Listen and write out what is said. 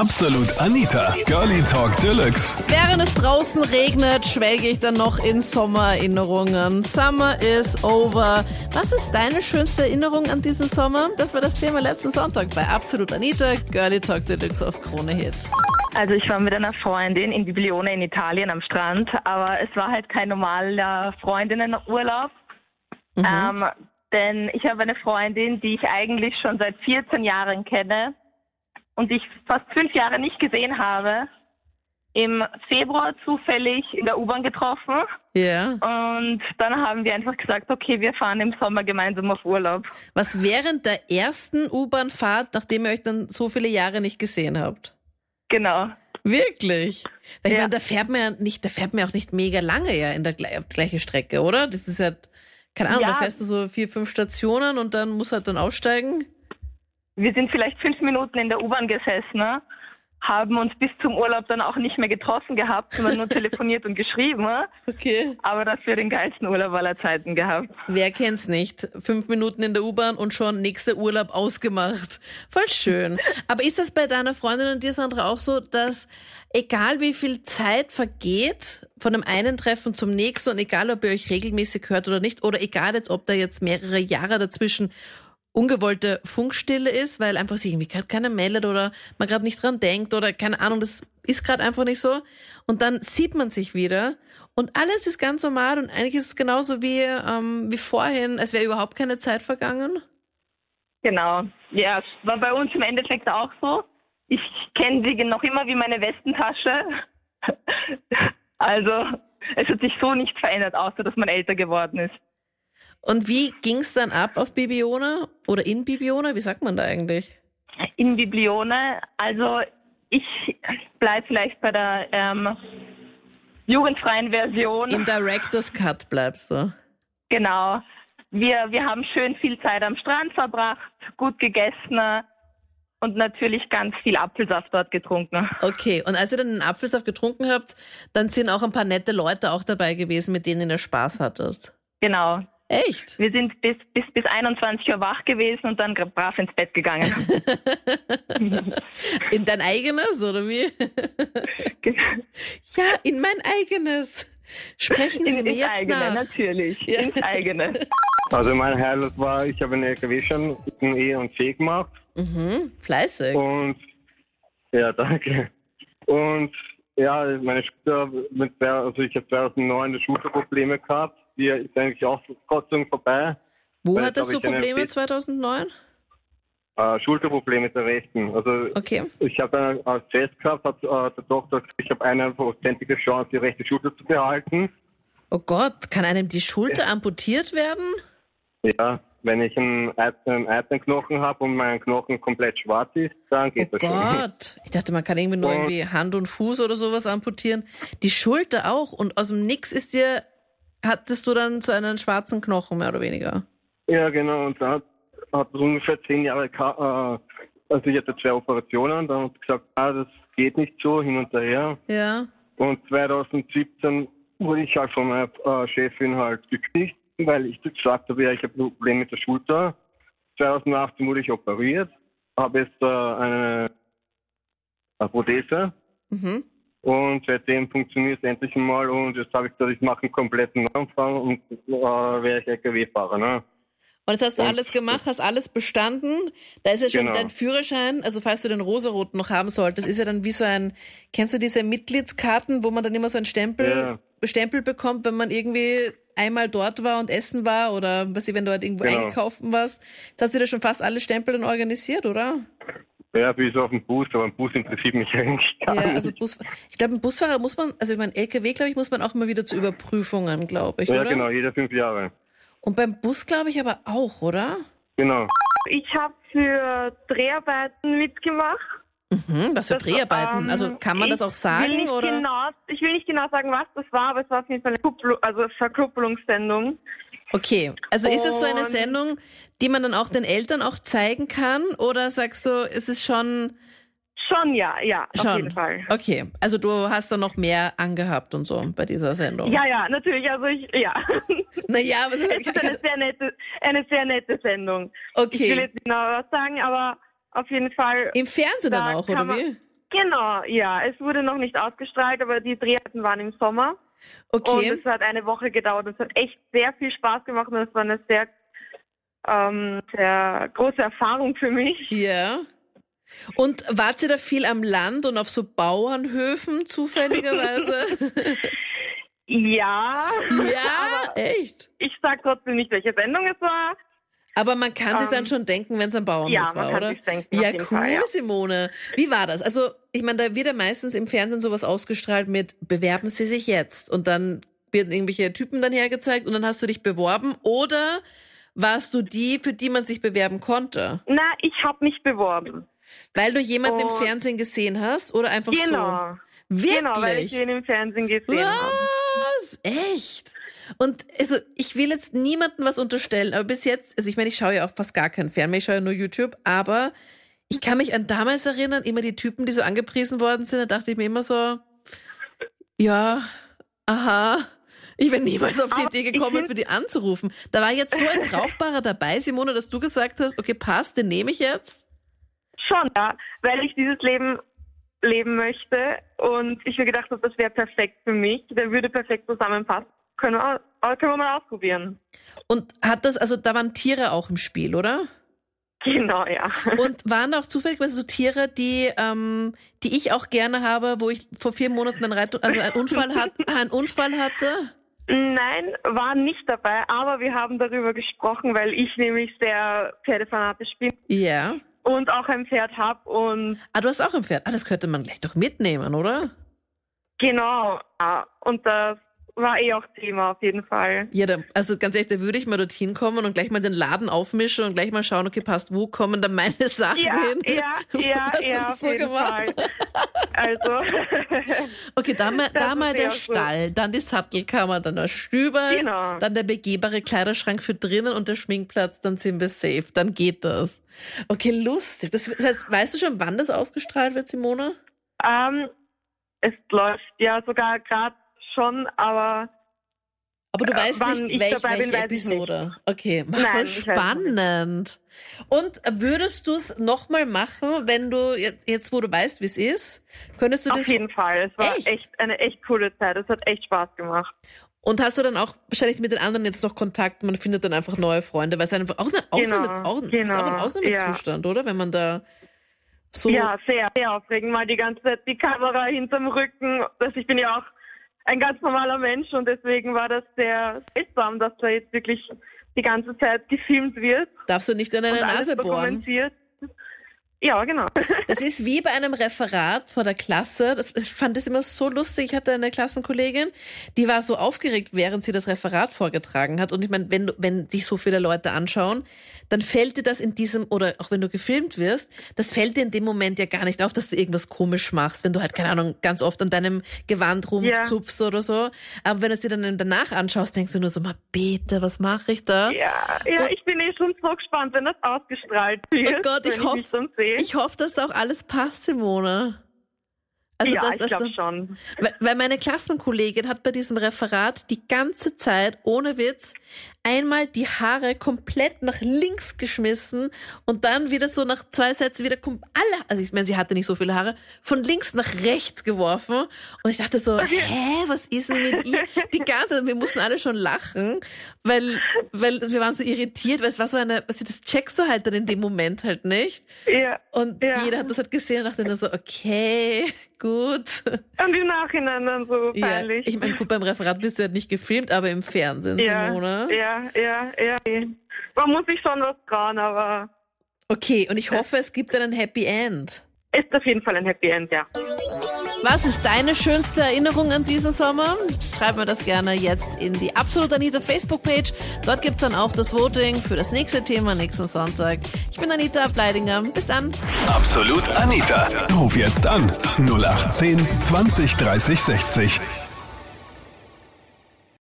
Absolut Anita, Girlie Talk Deluxe. Während es draußen regnet, schwelge ich dann noch in Sommererinnerungen. Summer is over. Was ist deine schönste Erinnerung an diesen Sommer? Das war das Thema letzten Sonntag bei Absolut Anita, Girlie Talk Deluxe auf Krone Hit. Also ich war mit einer Freundin in Biblione in Italien am Strand, aber es war halt kein normaler Freundinnenurlaub. Ähm, denn ich habe eine Freundin, die ich eigentlich schon seit 14 Jahren kenne und die ich fast fünf Jahre nicht gesehen habe. Im Februar zufällig in der U-Bahn getroffen Ja. und dann haben wir einfach gesagt, okay, wir fahren im Sommer gemeinsam auf Urlaub. Was während der ersten U-Bahn-Fahrt, nachdem ihr euch dann so viele Jahre nicht gesehen habt? Genau. Wirklich? Weil ich Ja. meine, da fährt man ja nicht, da fährt man ja auch nicht mega lange ja in der gle- gleichen Strecke, oder? Das ist halt, keine Ahnung, Ja. da fährst du so vier, fünf Stationen und dann muss halt dann aussteigen. Wir sind vielleicht fünf Minuten in der U-Bahn gesessen, ne? haben uns bis zum Urlaub dann auch nicht mehr getroffen gehabt, sondern nur telefoniert und geschrieben. ne? Okay. Aber dafür den geilsten Urlaub aller Zeiten gehabt. Wer kennt's nicht? Fünf Minuten in der U-Bahn und schon nächster Urlaub ausgemacht. Voll schön. Aber ist das bei deiner Freundin und dir, Sandra, auch so, dass egal wie viel Zeit vergeht von dem einen Treffen zum nächsten und egal ob ihr euch regelmäßig hört oder nicht oder egal jetzt, ob da jetzt mehrere Jahre dazwischen ungewollte Funkstille ist, weil einfach sich irgendwie gerade keiner meldet oder man gerade nicht dran denkt oder keine Ahnung, das ist gerade einfach nicht so. Und dann sieht man sich wieder und alles ist ganz normal und eigentlich ist es genauso wie, ähm, wie vorhin, als wäre überhaupt keine Zeit vergangen. Genau. Ja, es war bei uns im Endeffekt auch so. Ich kenne sie noch immer wie meine Westentasche. Also, es hat sich so nicht verändert, außer dass man älter geworden ist. Und wie ging's dann ab auf Bibione oder in Bibione? Wie sagt man da eigentlich? In Biblione, also ich bleibe vielleicht bei der ähm, jugendfreien Version. Im Director's Cut bleibst du. Genau. Wir, wir haben schön viel Zeit am Strand verbracht, gut gegessen äh, und natürlich ganz viel Apfelsaft dort getrunken. Okay, und als ihr dann den Apfelsaft getrunken habt, dann sind auch ein paar nette Leute auch dabei gewesen, mit denen ihr Spaß hattet. Genau. Echt? Wir sind bis, bis, bis 21 Uhr wach gewesen und dann brav ins Bett gegangen. In dein eigenes, oder wie? Ja, in mein eigenes. Sprechen Sie mir ins jetzt eigene, nach. natürlich. Ja. Ins eigene. Also mein Highlight war, ich habe eine LKW schon mit dem E und C gemacht Mhm, fleißig. und ja, danke. Und ja, meine Schulter mit der- also ich habe 2009 die Schulterprobleme gehabt, die ist eigentlich auch trotzdem vorbei. Wo weil jetzt hattest habe du ich einen Probleme Fit- 2009? Äh, Schulterprobleme der rechten. Also Okay. ich habe einen äh, Test gehabt, hat äh, der Doktor gesagt, ich habe eine prozentige Chance, die rechte Schulter zu behalten. Oh Gott, kann einem die Schulter amputiert werden? Ja, wenn ich einen, Ei- einen Eisenknochen habe und mein Knochen komplett schwarz ist, dann Oh geht das schon. Gott. Ich dachte, man kann irgendwie nur Und- irgendwie Hand und Fuß oder sowas amputieren. Die Schulter auch. Und aus dem Nix ist dir, hattest du dann so einen schwarzen Knochen, mehr oder weniger. Ja, genau. Und da hat, hat es ungefähr zehn Jahre, ka- äh, also ich hatte zwei Operationen, dann hat gesagt, ah, das geht nicht so, hin und her. Ja. Und 2017 wurde ich halt von meiner äh, Chefin halt gekündigt, weil ich gesagt habe, ja, ich habe ein Problem mit der Schulter. 2018 wurde ich operiert, habe jetzt äh, eine, eine Prothese Mhm. und seitdem funktioniert es endlich mal und jetzt habe ich gesagt, ich mache einen kompletten Neuanfang und äh, wäre ich LKW-Fahrer. Ne? Und jetzt hast du Und- alles gemacht, hast alles bestanden. Da ist ja schon Genau. dein Führerschein, also falls du den rosaroten noch haben solltest, ist ja dann wie so ein, kennst du diese Mitgliedskarten, wo man dann immer so einen Stempel, Stempel bekommt, wenn man irgendwie einmal dort war und essen war oder was ich, wenn du halt irgendwo Genau. einkaufen warst. Jetzt hast du dir schon fast alle Stempel dann organisiert, oder? Ja, bis auf den Bus, aber ein Bus interessiert mich eigentlich gar Ja, nicht. also Bus, ich glaube, ein Busfahrer muss man, also ich mein LKW, glaube ich, muss man auch immer wieder zu Überprüfungen, glaube ich, ja, oder? genau, jeder fünf Jahre. Und beim Bus, glaube ich, aber auch, oder? Genau. Ich habe für Dreharbeiten mitgemacht. Mhm, was für Das, Dreharbeiten? ähm, also kann man das auch sagen, ich will nicht oder? Genau, ich will nicht genau sagen, was das war, aber es war auf jeden Fall eine Kupplung, also Verkuppelungssendung. Okay, also ist es so eine Und- Sendung, die man dann auch den Eltern auch zeigen kann? Oder sagst du, ist es schon... Schon ja, ja, Schon. auf jeden Fall. Okay, also du hast dann noch mehr angehabt und so bei dieser Sendung. Ja, ja, natürlich, also ich, ja. Naja, aber... es ist eine sehr nette, eine sehr nette Sendung. Ich will Okay, jetzt nicht genau was sagen, aber auf jeden Fall, im Fernsehen dann da auch, kann oder man- wie? Genau, ja. Es wurde noch nicht ausgestrahlt, aber die Dreharbeiten waren im Sommer. Okay. Und es hat eine Woche gedauert. Es hat echt sehr viel Spaß gemacht und es war eine sehr, ähm, sehr große Erfahrung für mich. Ja. Und wart ihr da viel am Land und auf so Bauernhöfen zufälligerweise? Ja, ja, echt. ich sag trotzdem nicht, welche Sendung es war. Aber man kann sich dann Ähm, schon denken, wenn es am Bauernhof ja, man war, kann oder? sich's denken, auf ja, cool, jeden Fall, ja. Simone. Wie war das? Also, ich meine, da wird ja meistens im Fernsehen sowas ausgestrahlt mit Bewerben Sie sich jetzt und dann werden irgendwelche Typen dann hergezeigt und dann hast du dich beworben oder warst du die, für die man sich bewerben konnte, Na, ich habe mich beworben. weil du jemanden im Und- Fernsehen gesehen hast oder einfach genau. so? Wirklich? Genau, weil ich ihn im Fernsehen gesehen habe. Was? Echt? Und also ich will jetzt niemandem was unterstellen, aber bis jetzt, also ich meine, ich schaue ja auch fast gar keinen Fernsehen, ich schaue ja nur YouTube, aber ich kann mich an damals erinnern, immer die Typen, die so angepriesen worden sind, da dachte ich mir immer so, ja, aha. Ich wäre niemals auf die Aber Idee ich gekommen, find- für die anzurufen. Da war jetzt so ein brauchbarer dabei, Simone, dass du gesagt hast, okay, passt, den nehme ich jetzt. Schon, ja, weil ich dieses Leben leben möchte und ich mir gedacht habe, das wäre perfekt für mich. Der würde perfekt zusammenpassen. Können wir, au- können wir mal ausprobieren. Und hat das, also da waren Tiere auch im Spiel, oder? Genau, ja. Und waren da auch zufälligerweise so Tiere, die, ähm, die ich auch gerne habe, wo ich vor vier Monaten einen, Reit also einen, Unfall, hat einen Unfall hatte? Nein, war nicht dabei, aber wir haben darüber gesprochen, weil ich nämlich sehr pferdefanatisch bin Ja. und auch ein Pferd habe und Ah, du hast auch ein Pferd. Ah, das könnte man gleich doch mitnehmen, oder? genau, ja, und das war eh auch Thema auf jeden Fall. Ja, da, also ganz ehrlich, da würde ich mal dorthin kommen und gleich mal den Laden aufmischen und gleich mal schauen, okay, passt, wo kommen da meine Sachen Ja, hin? ja, Hast ja, du ja, das auf so jeden gemacht? Fall. Also, Okay, da mal, Das da ist mal sehr der gut. Stall, dann die Sattelkammer, dann der Stüber, Genau. dann der begehbare Kleiderschrank für drinnen und der Schminkplatz, dann sind wir safe, dann geht das. Okay, lustig. Das heißt, weißt du schon, wann das ausgestrahlt wird, Simone? Ähm, es läuft ja sogar gerade schon, aber Aber du Äh, weißt wann nicht, ich welch, dabei bin, welche weiß ich nicht. Episode. Okay, Mann, Nein, voll ich weiß es spannend. Und würdest du es nochmal machen, wenn du, jetzt, jetzt wo du weißt, wie es ist, könntest du auf das jeden Fall. Es war Echt? echt? eine echt coole Zeit. Es hat echt Spaß gemacht. Und hast du dann auch wahrscheinlich mit den anderen jetzt noch Kontakt? Man findet dann einfach neue Freunde, weil es einfach auch, eine Ausnahme, Genau, auch, ist auch ein genau, Ausnahmezustand, oder? Wenn man da so. Ja, sehr, sehr aufregend. Mal die ganze Zeit die Kamera hinterm Rücken. Das, ich bin ja auch ein ganz normaler Mensch und deswegen war das sehr seltsam, dass da jetzt wirklich die ganze Zeit gefilmt wird darfst du nicht in deine und alles Nase bohren. dokumentiert. Ja, genau. Das ist wie bei einem Referat vor der Klasse. Das, ich fand das immer so lustig. Ich hatte eine Klassenkollegin, die war so aufgeregt, während sie das Referat vorgetragen hat. Und ich meine, wenn, du- wenn dich so viele Leute anschauen, dann fällt dir das in diesem, oder auch wenn du gefilmt wirst, das fällt dir in dem Moment ja gar nicht auf, dass du irgendwas komisch machst, wenn du halt, keine Ahnung, ganz oft an deinem Gewand rumzupfst oder so. Aber wenn du es dir dann danach anschaust, denkst du nur so, mal bitte, was mache ich da? Ja, ja, ich bin eh schon so gespannt, wenn das ausgestrahlt wird. Oh Gott, wenn ich dich hoffe, dann sehe. ich hoffe, dass da auch alles passt, Simone. Also ja, dass, ich dass glaube da- schon. Weil- Weil meine Klassenkollegin hat bei diesem Referat die ganze Zeit, ohne Witz, einmal die Haare komplett nach links geschmissen und dann wieder so nach zwei Sätzen wieder kom- alle, also ich meine, sie hatte nicht so viele Haare, von links nach rechts geworfen. Und ich dachte so, hä, was ist denn mit ihr? Die ganze, wir mussten alle schon lachen, weil, weil wir waren so irritiert, weil es war so eine, also das checkst du halt dann in dem Moment halt nicht. Ja. Und Ja. jeder hat das halt gesehen und dachte dann so, okay, gut. Und im Nachhinein dann so Ja, peinlich. ich meine, gut, beim Referat bist du halt nicht gefilmt, aber im Fernsehen, ja, Simone. ja, ja, ja. Man muss sich schon was trauen, aber Okay, und ich hoffe, es gibt dann ein Happy End. ist auf jeden Fall ein Happy End, ja. Was ist deine schönste Erinnerung an diesen Sommer? Schreib mir das gerne jetzt in die Absolut Anita Facebook-Page. Dort gibt es dann auch das Voting für das nächste Thema nächsten Sonntag. Ich bin Anita Bleidinger. Bis dann. Absolut Anita. Ruf jetzt an. 0810 20 30 60.